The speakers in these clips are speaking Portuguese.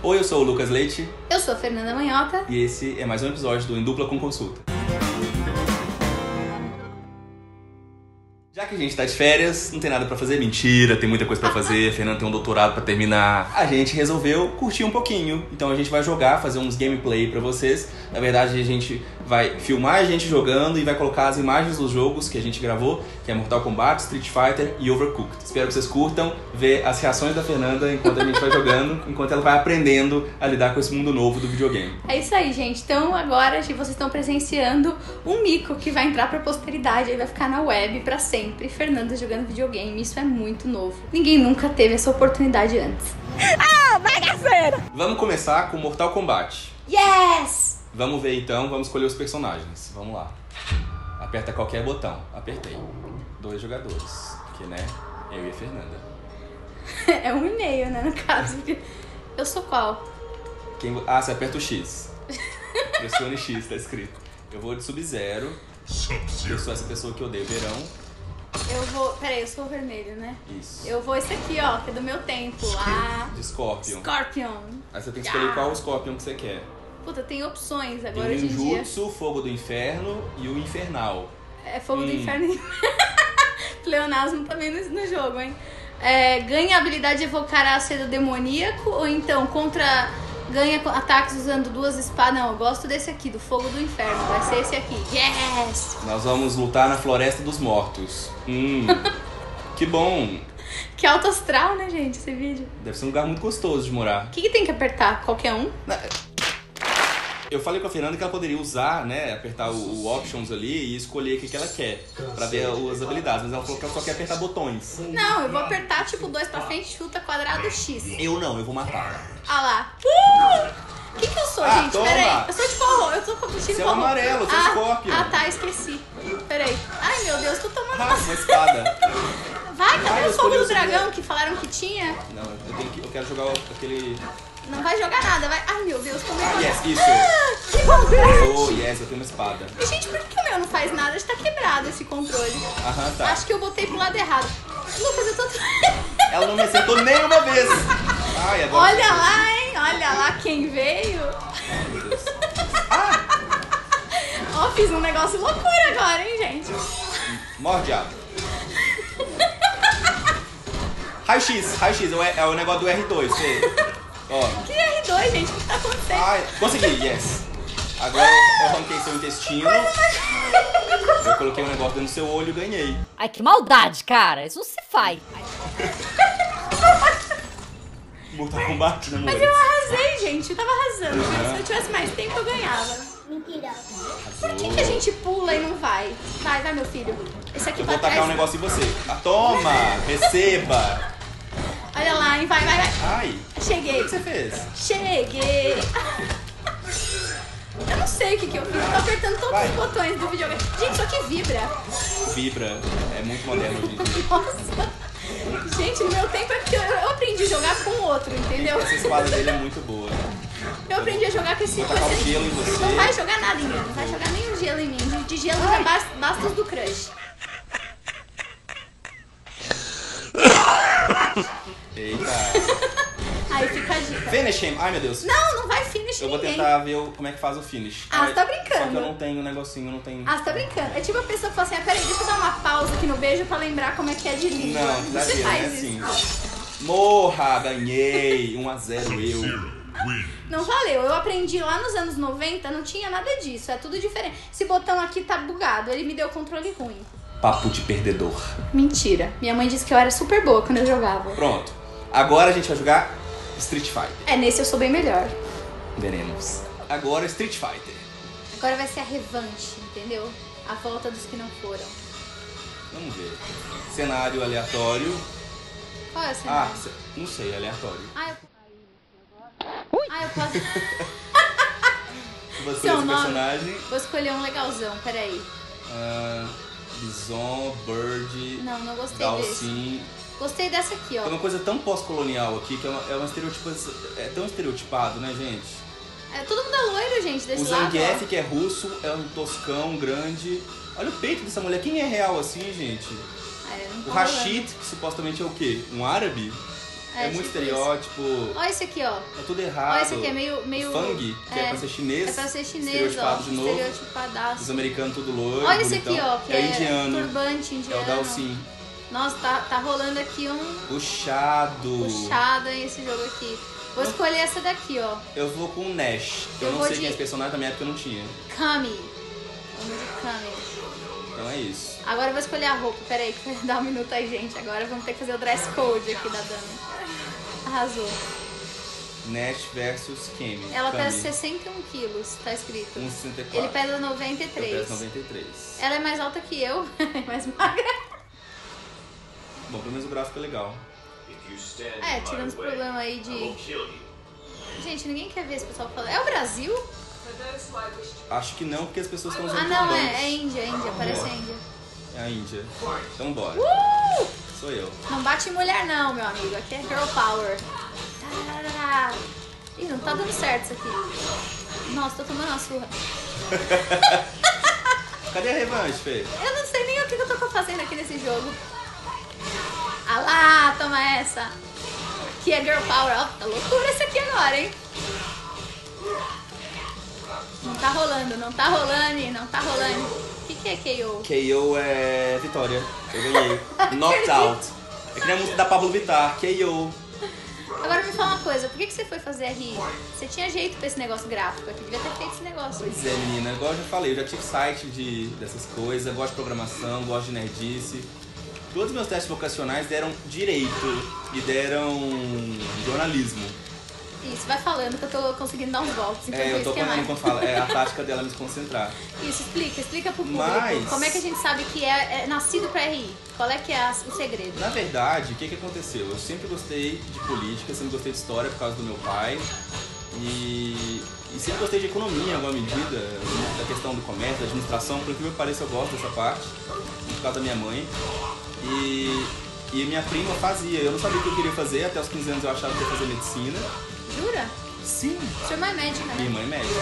Oi, eu sou o Lucas Leite Eu sou a Fernanda Manhoca. e esse é mais um episódio do Em Dupla com Consulta. Já que a gente tá de férias, não tem nada pra fazer, mentira, tem muita coisa pra fazer, a Fernanda tem um doutorado pra terminar. A gente resolveu curtir um pouquinho, então a gente vai jogar, fazer uns gameplay pra vocês. Na verdade, a gente vai filmar a gente jogando e vai colocar as imagens dos jogos que a gente gravou, que é Mortal Kombat, Street Fighter e Overcooked. Espero que vocês curtam ver as reações da Fernanda enquanto a gente vai jogando, enquanto ela vai aprendendo a lidar com esse mundo novo do videogame. É isso aí, gente. Então agora gente, vocês estão presenciando um mico que vai entrar pra posteridade e vai ficar na web pra sempre. Fernanda jogando videogame, isso é muito novo. Ninguém nunca teve essa oportunidade antes. Vamos começar com Mortal Kombat. Yes! Vamos ver então, vamos escolher os personagens. Vamos lá. Aperta qualquer botão. Apertei. Dois jogadores. Porque, né? Eu e a Fernanda. É um e-mail, né, no caso. Eu sou qual? Quem... vo- Ah, você aperta o X. Pressione X, tá escrito. Eu vou de Sub-Zero. Eu sou essa pessoa que odeia verão. Eu vou. Peraí, eu sou o vermelho, né? Isso. Eu vou esse aqui, ó, que é do meu tempo. Ah. De Scorpion. Scorpion. Aí você tem que escolher qual Scorpion que você quer. Puta, tem opções Tem o Ah. agora hoje em dia. Ninjutsu, Fogo do Inferno e o Infernal. É fogo do Hum. inferno. Pleonasmo também no, no jogo, hein? É, ganha a habilidade de evocar a seda demoníaco ou então contra ganha co- ataques usando duas espadas. Não, eu gosto desse aqui, do fogo do inferno. Vai ser esse aqui. Yes! Nós vamos lutar na Floresta dos Mortos. Hum. que bom. Que alto astral, né, gente, esse vídeo. Deve ser um lugar muito gostoso de morar. O que, que tem que apertar? Qualquer um? Eu falei com a Fernanda que ela poderia usar, né? Apertar o, o options ali e escolher o que, que ela quer pra ver as habilidades. Mas ela falou que ela só quer apertar botões. Não, eu vou apertar tipo dois pra frente, chuta quadrado X. Eu não, eu vou matar. Ah lá. Uh! O que, que eu sou, Ah, gente? toma. Peraí. Eu sou de forró, eu sou com Você vestido é o forró. amarelo, você é o Scorpion. ah, ah, tá, esqueci. Peraí. Ai, meu Deus, tô tomando Ah, uma espada. Vai, Vai, cadê eu o fogo escolhi do o dragão que falaram que tinha? Não, eu, tenho que, eu quero jogar o- aquele. Não vai jogar nada, vai. Ai meu Deus, como é que Yes, isso. Ah, Que maldade! Oh, yes, eu tenho uma espada. Gente, por que o meu não faz nada? Está quebrado esse controle. Aham, tá. Acho que eu botei pro lado errado. Lucas, eu tô. Ela não me acertou nenhuma vez. Ai, agora. Olha lá, hein? Olha lá quem veio. Ai, meu Deus. Ah, Ó, fiz um negócio loucura agora, hein, gente? Morde, diabo. Raio X, raio X, é o- é o negócio do R2. Você... Ó. Que R2, gente? O que tá acontecendo? Ai, consegui, yes. Agora eu arranquei seu intestino. Eu coloquei um negócio dentro do seu olho e ganhei. Ai, que maldade, cara. Isso não se faz. Mortal Kombat, né, Mas eu amor? arrasei, gente. Eu tava arrasando. Uhum. Se eu tivesse mais tempo, eu ganhava. Por que, que a gente pula e não vai? Vai, vai, meu filho. Esse aqui tá Eu vou pra tacar trás. um negócio em você. Ah, toma! Receba! Olha lá, hein? Vai, vai, vai. Ai, Cheguei. o que você fez? Cheguei. Eu não sei o que, que eu fiz. Eu tô apertando todos Vai. os botões do videogame. Gente, só que vibra. Vibra. É muito moderno hoje em dia. Nossa. Gente, no meu tempo é porque eu, eu aprendi a jogar com o outro, entendeu? Essa espada dele é muito boa. Eu aprendi a jogar com esse Vou tacar com o esse- gelo em você. Não vai jogar nada em mim. Não vai jogar nenhum gelo em mim. De- De gelo já bas- basta os do crush. Eita. Aí fica a dica. Finish him. Ai, meu Deus. Não, não vai finish Eu vou ninguém. tentar ver o- como é que faz o finish. Ah, Ai, você tá brincando. Só que eu não tenho o negocinho, eu não tenho... Ah, você tá brincando. É tipo a pessoa que fala assim, ah, peraí, deixa eu dar uma pausa aqui no beijo pra lembrar como é que é de língua. Não, Você exagero, faz né? isso. Assim. Morra, ganhei. 1x0 eu. Não valeu. Eu aprendi lá nos anos 90, não tinha nada disso. É tudo diferente. Esse botão aqui tá bugado. Ele me deu controle ruim. Papo de perdedor. Mentira. Minha mãe disse que eu era super boa quando eu jogava. Pronto. Agora a gente vai jogar Street Fighter. É, nesse eu sou bem melhor. Veremos. Agora Street Fighter. Agora vai ser a revanche, entendeu? A volta dos que não foram. Vamos ver. Cenário aleatório. Qual é o cenário? Ah, ce- não sei, aleatório. Ah, eu... Ah, eu posso... Você Seu esse nome. personagem. Vou escolher um legalzão, peraí. Ah, Bison, Bird, Não, não gostei desse. Dalsin. Gostei dessa aqui, ó. É uma coisa tão pós-colonial aqui que é uma, é uma estereotipa- É tão estereotipado, né, gente? É, todo mundo é loiro, gente, desse O lado. ó. Zangief, que é russo, é um toscão grande. Olha o peito dessa mulher. Quem é real assim, gente? É, não tá O rolando. Rashid, que supostamente é o quê? Um árabe? É, É, muito tipo estereótipo. Ó, esse aqui, ó. É tudo errado. Ó, esse aqui é meio. meio Fang, que é, é pra ser chinês. É pra ser chinês, ó. Estereotipado de novo. Os Estereotipadaço. americanos tudo loiro. Olha esse aqui, bonitão. ó, que é, é, indiano. turbante É indiano. o Dalsin. Nossa, tá, tá rolando aqui Uh. um Puxado. puxado esse jogo aqui. Vou escolher essa daqui, ó. Eu vou com o Nash. Eu, Eu não vou sei de- quem é esse personagem, na minha época eu não tinha. Kami. Vamos de Kami. Então é isso. Agora eu vou escolher a roupa. Pera aí, que vai dar um minuto aí, gente. Agora vamos ter que fazer o dress code aqui da Dana. Arrasou. Nash versus Kemi. Um Ela Kami. pesa 61 quilos, tá escrito. 1,64. Ele pesa Eu 93. peso 93. Ela é mais alta que eu, é mais magra. Bom, pelo menos o gráfico é legal. É, tirando os problemas aí de. Gente, ninguém quer ver esse pessoal falando. É o Brasil? Acho que não, porque as pessoas estão usando Ah, não, turbantes. é, é Índia, Índia, parece a Índia. É a Índia. Então bora. Uh! Sou eu. Não bate em mulher, não, meu amigo. Aqui é girl power. Tarará. Ih, não tá dando certo isso aqui. Nossa, tô tomando uma surra. Cadê a revanche, Fê? Eu não sei nem o que que eu tô fazendo aqui nesse jogo. Ah lá, toma essa. Aqui é Girl Power. Ó, tá loucura esse aqui agora, hein? Não tá rolando, não tá rolando, hein? não tá rolando. O que, que é KO? KO é vitória. Eu ganhei. Knocked out. É que nem a música da Pablo Vittar. KO. Agora me fala uma coisa, por que, que você foi fazer RI? Você tinha jeito pra esse negócio gráfico aqui, devia ter feito esse negócio. Pois é, menina. Igual eu já falei, eu já tive site de, dessas coisas. Gosto de programação, gosto de nerdice. Todos os meus testes vocacionais deram direito e deram jornalismo. Isso, vai falando que eu tô conseguindo dar uns golpes. Então É, eu tô isso que é contando mais. quando fala. É a tática dela é me desconcentrar. Isso, explica, explica pro público. Mas- Como é que a gente sabe que é, é nascido pra RI? Qual é que é a- o segredo? Na verdade, o que, que aconteceu? Eu sempre gostei de política, sempre gostei de história por causa do meu pai. E, e sempre gostei de economia em alguma medida, da questão do comércio, da administração, por incrível que pareça eu gosto dessa parte, por causa da minha mãe. E, e minha prima fazia, eu não sabia o que eu queria fazer, até os 15 anos eu achava que eu ia fazer medicina. Jura? Sim. Sua irmã é médica, Minha né? mãe é médica.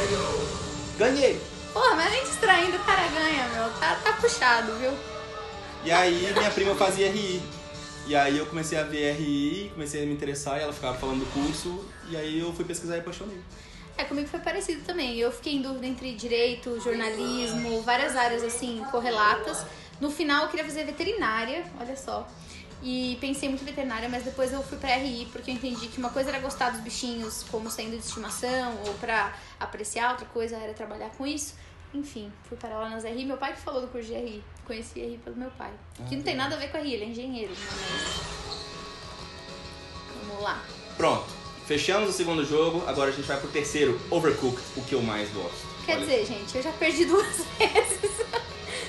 Ganhei! Porra, mas nem distraindo o cara ganha, meu. Tá, tá puxado, viu? E aí minha prima fazia RI. E aí eu comecei a ver RI, comecei a me interessar e ela ficava falando do curso. E aí eu fui pesquisar e apaixonei. É, comigo foi parecido também. Eu fiquei em dúvida entre direito, jornalismo, várias áreas assim, correlatas. No final eu queria fazer veterinária, olha só. E pensei muito em veterinária, mas depois eu fui pra RI, porque eu entendi que uma coisa era gostar dos bichinhos como sendo de estimação ou pra apreciar, outra coisa era trabalhar com isso. Enfim, fui parar lá nas RI. Meu pai que falou do curso de RI. Conheci RI pelo meu pai. Que não tem nada a ver com RI, ele é engenheiro. né, Mas... Vamos lá. Pronto. Fechamos o segundo jogo, agora a gente vai pro terceiro, Overcooked, o que eu mais gosto. Quer Olha, dizer, gente, eu já perdi duas vezes.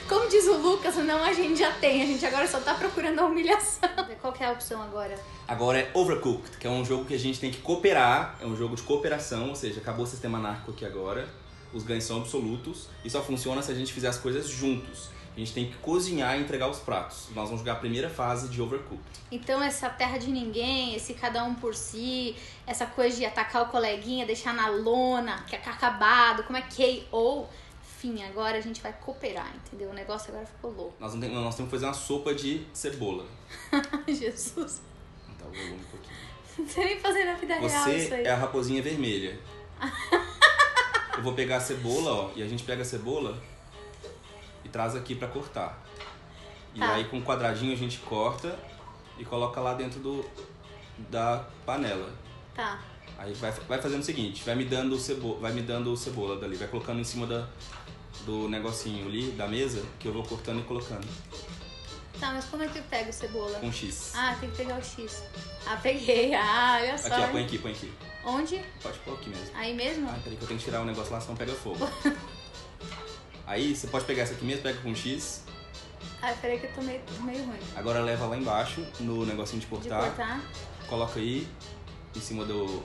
Como diz o Lucas, não a gente já tem, a gente agora só tá procurando a humilhação. Qual que é a opção agora? Agora é Overcooked, que é um jogo que a gente tem que cooperar, é um jogo de cooperação, ou seja, acabou o sistema anárquico aqui agora, os ganhos são absolutos e só funciona se a gente fizer as coisas juntos. A gente tem que cozinhar e entregar os pratos. Nós vamos jogar a primeira fase de Overcooked. Então, essa terra de ninguém, esse cada um por si, essa coisa de atacar o coleguinha, deixar na lona, que é acabado, como é KO. Enfim, agora a gente vai cooperar, entendeu? O negócio agora ficou louco. Nós, não tem- nós temos que fazer uma sopa de cebola. Ai, Jesus. Aumentar o volume um pouquinho. Não sei nem fazer na vida real isso Você aí. é a raposinha vermelha. Eu vou pegar a cebola, ó, e a gente pega a cebola e traz aqui pra cortar. E Tá. aí com um quadradinho a gente corta e coloca lá dentro do da panela. Tá. Aí vai, vai fazendo o seguinte, vai me dando o cebo, vai me dando o cebola dali, vai colocando em cima da do negocinho ali da mesa que eu vou cortando e colocando Tá, mas como é que eu pego cebola? com X. Ah, tem que pegar o X. Ah, peguei. Ah, olha só. aqui, ó, põe aqui, põe aqui. Onde? Pode pôr aqui mesmo. Aí mesmo? Ah, peraí que eu tenho que tirar o negócio lá, senão pega fogo. Aí você pode pegar essa aqui mesmo, pega com um X, Ai, Ah, peraí que eu tô meio, tô meio ruim. agora leva lá embaixo no negocinho de De cortar, cortar. coloca aí em cima do.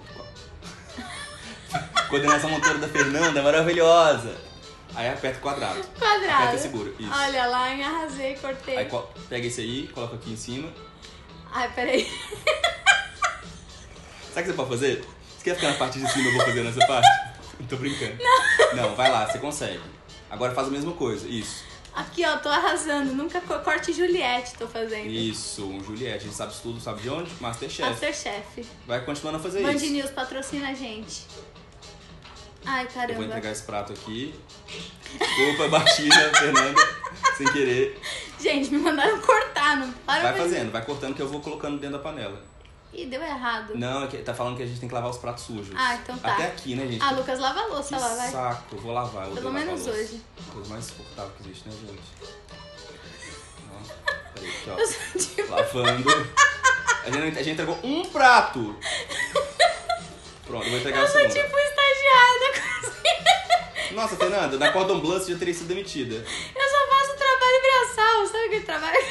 Coordenação motora da Fernanda, maravilhosa! Aí aperta o quadrado. Aperta Quadrado. e segura. Isso. Olha lá, hein? Arrasei, cortei. Aí co- pega esse aí, coloca aqui em cima. Ai, peraí. Sabe o que você pode fazer? Você quer ficar na parte de cima, eu vou fazer nessa parte? Tô brincando. Não, vai lá, você consegue. Agora faz a mesma coisa, isso. Aqui, ó, tô arrasando. Nunca co- corte Juliette tô fazendo. Isso, um Juliette. A gente sabe isso tudo, sabe de onde? Masterchef. Masterchef. Vai continuando a fazer Band isso. News patrocina a gente. Ai, Eu vou entregar caramba. esse prato aqui. Desculpa, baixinha, Fernanda, sem querer. Gente, me mandaram cortar, não para Vai pra- fazendo, vai cortando que eu vou colocando dentro da panela. Ih, deu errado. Não, é que tá falando que a gente tem que lavar os pratos sujos. Ah, então tá. Até aqui, né, gente? Ah, Lucas, lava a louça que lá, vai. saco, eu vou lavar. Eu odeio Pelo lavar menos louça. hoje. Coisa mais suportável que existe, né, gente? Ó, peraí, aqui, ó. Eu sou tipo, de... Lavando. A gente, a gente entregou um prato. Pronto, eu vou entregar É o Eu sou segundo. tipo estagiária da cozinha. Nossa, Fernanda, na Cordon Bleu você já teria sido demitida. Eu só faço trabalho braçal, sabe aquele trabalho?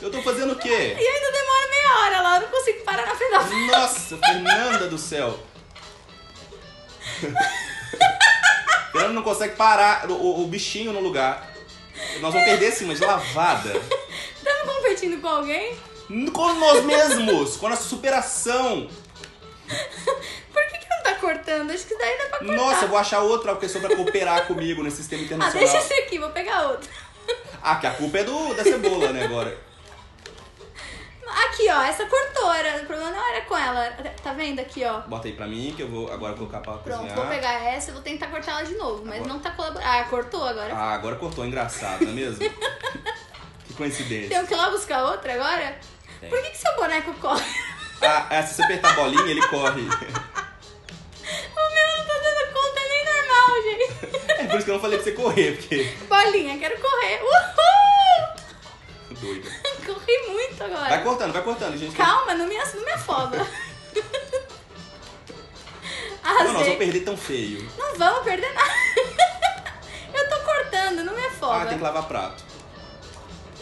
Eu tô fazendo o E quê? ainda demora meia hora lá, eu não consigo parar na frente da Nossa, Fernanda do céu. Fernanda não consegue parar o- o, o bichinho no lugar. Nós vamos perder assim, mas lavada. Estamos Tá competindo com alguém? Com nós mesmos, com a nossa superação. Por que, que não tá cortando? Acho que daí dá pra cortar. Nossa, eu vou achar outra pessoa pra cooperar comigo nesse sistema ah, deixa internacional. esse aqui, vou pegar outro. Ah, que a culpa é do, da cebola, né, agora. Aqui, ó, essa cortora. O problema não era com ela. Tá vendo aqui, ó? Bota aí pra mim, que eu vou agora colocar pra Pronto, cozinhar. vou pegar essa e vou tentar cortar ela de novo, mas Agora. não tá colaborando. Ah, cortou agora. Ah, agora cortou, engraçado, não é mesmo? que coincidência. Tenho um que ir lá buscar outra agora? Tem. Por que, que seu boneco corre? Ah, ah, se você apertar a bolinha, ele corre. O meu não tá dando conta nem normal, gente. É por isso que eu não falei pra você correr, porque. Bolinha, quero correr. Uhul! Doida. Corri muito agora. Vai cortando, vai cortando, gente. Calma, não me, ass- não me afoba. Não, nós Arrasei. vamos perder tão feio. Não vamos perder nada. Eu tô cortando, não me Ah, afoga. tem que lavar prato.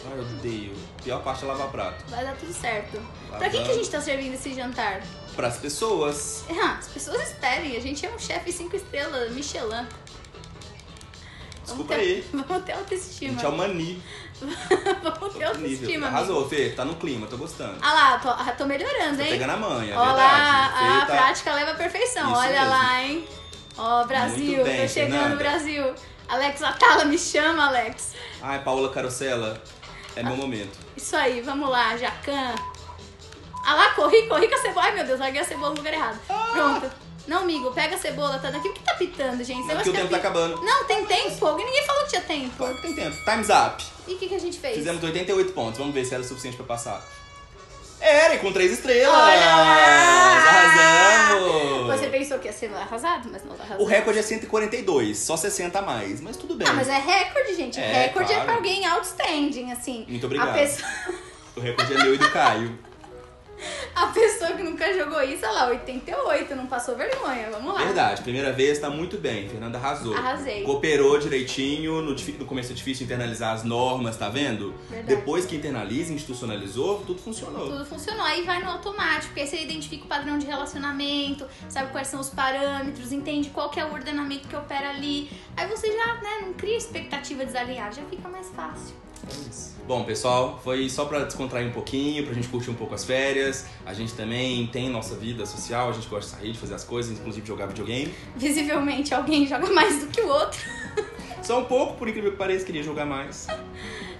Ai, eu odeio. Pior parte é lavar prato. Vai dar tudo certo. Lá pra quem que a vamos. gente tá servindo esse jantar? Pras pessoas. Ah, as pessoas esperem, a gente é um chefe cinco estrelas, Michelin. Vamos Desculpa ter- um- aí. Vamos ter A autoestima. gente é o mani. vamos ter Outro nível. autoestima. amigo. Arrasou, Fê. Tá no clima, tô gostando. Ah lá, tô, ah, tô melhorando, Tá hein? pegando a manha, é Olha verdade. lá, Fê a tá- prática leva à perfeição. Isso Olha mesmo. lá, hein? Ó, Brasil, Muito bem, tô chegando, Fernanda. Brasil. Alex Atala, me chama, Alex. Ai, Paola Carosella, é Ah, meu momento. Isso aí, vamos lá, Jacan. Ah lá, corri, corri com a cebola. Ai, meu Deus, larguei a cebola no lugar errado. Ah! Pronto. Não, amigo, pega a cebola, tá daqui. O que tá pitando, gente? Eu Porque acho o que tempo tá é pi- acabando. Não, tem tempo. Alguém ninguém falou que tinha tempo. Claro que tem tempo. Time's up. E o que, que a gente fez? Fizemos 88 pontos. Vamos ver se era o suficiente pra passar. Era, e com 3 estrelas. Olha lá! Arrasamos. Você pensou que ia ser arrasado, mas não tá arrasado. O recorde é 142, só 60 a mais. Mas tudo bem. Ah, mas é recorde, gente. É, recorde é claro. pra alguém outstanding, assim. Muito obrigado. A pessoa, O recorde é meu e do Caio. a pessoa que nunca jogou isso, olha lá, 88, não passou vergonha. Vamos lá. Verdade, primeira vez tá muito bem. Fernanda arrasou. Arrasei. Cooperou direitinho. No, difi- no começo é difícil internalizar as normas, tá vendo? Verdade. Depois que internaliza, institucionalizou, tudo funcionou. Tudo funcionou. Aí vai no automático, porque aí você identifica o padrão de relacionamento, sabe quais são os parâmetros, entende qual que é o ordenamento que opera ali. Aí você já, né, não cria expectativa desalinhada, já fica mais fácil. Bom, pessoal, foi só pra descontrair um pouquinho, pra gente curtir um pouco as férias. A gente também tem nossa vida social, a gente gosta de sair, de fazer as coisas, inclusive jogar videogame. Visivelmente alguém joga mais do que o outro. Só um pouco, por incrível que pareça, queria jogar mais.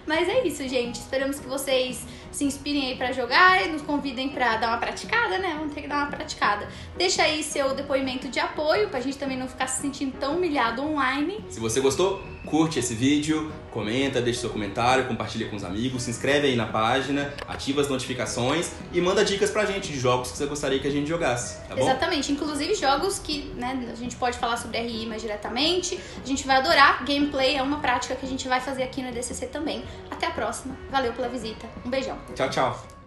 Mas é isso, gente. Esperamos que vocês se inspirem aí pra jogar e nos convidem pra dar uma praticada, né? Vamos ter que dar uma praticada. Deixa aí seu depoimento de apoio pra gente também não ficar se sentindo tão humilhado online. Se você gostou, curte esse vídeo, comenta, deixa seu comentário, compartilha com os amigos, se inscreve aí na página, ativa as notificações e manda dicas pra gente de jogos que você gostaria que a gente jogasse, tá bom? Exatamente. Inclusive jogos que, né, a gente pode falar sobre RI mais diretamente. A gente vai adorar. Gameplay é uma prática que a gente vai fazer aqui no DCC também. Até a próxima. Valeu pela visita. Um beijão. Tchau, tchau.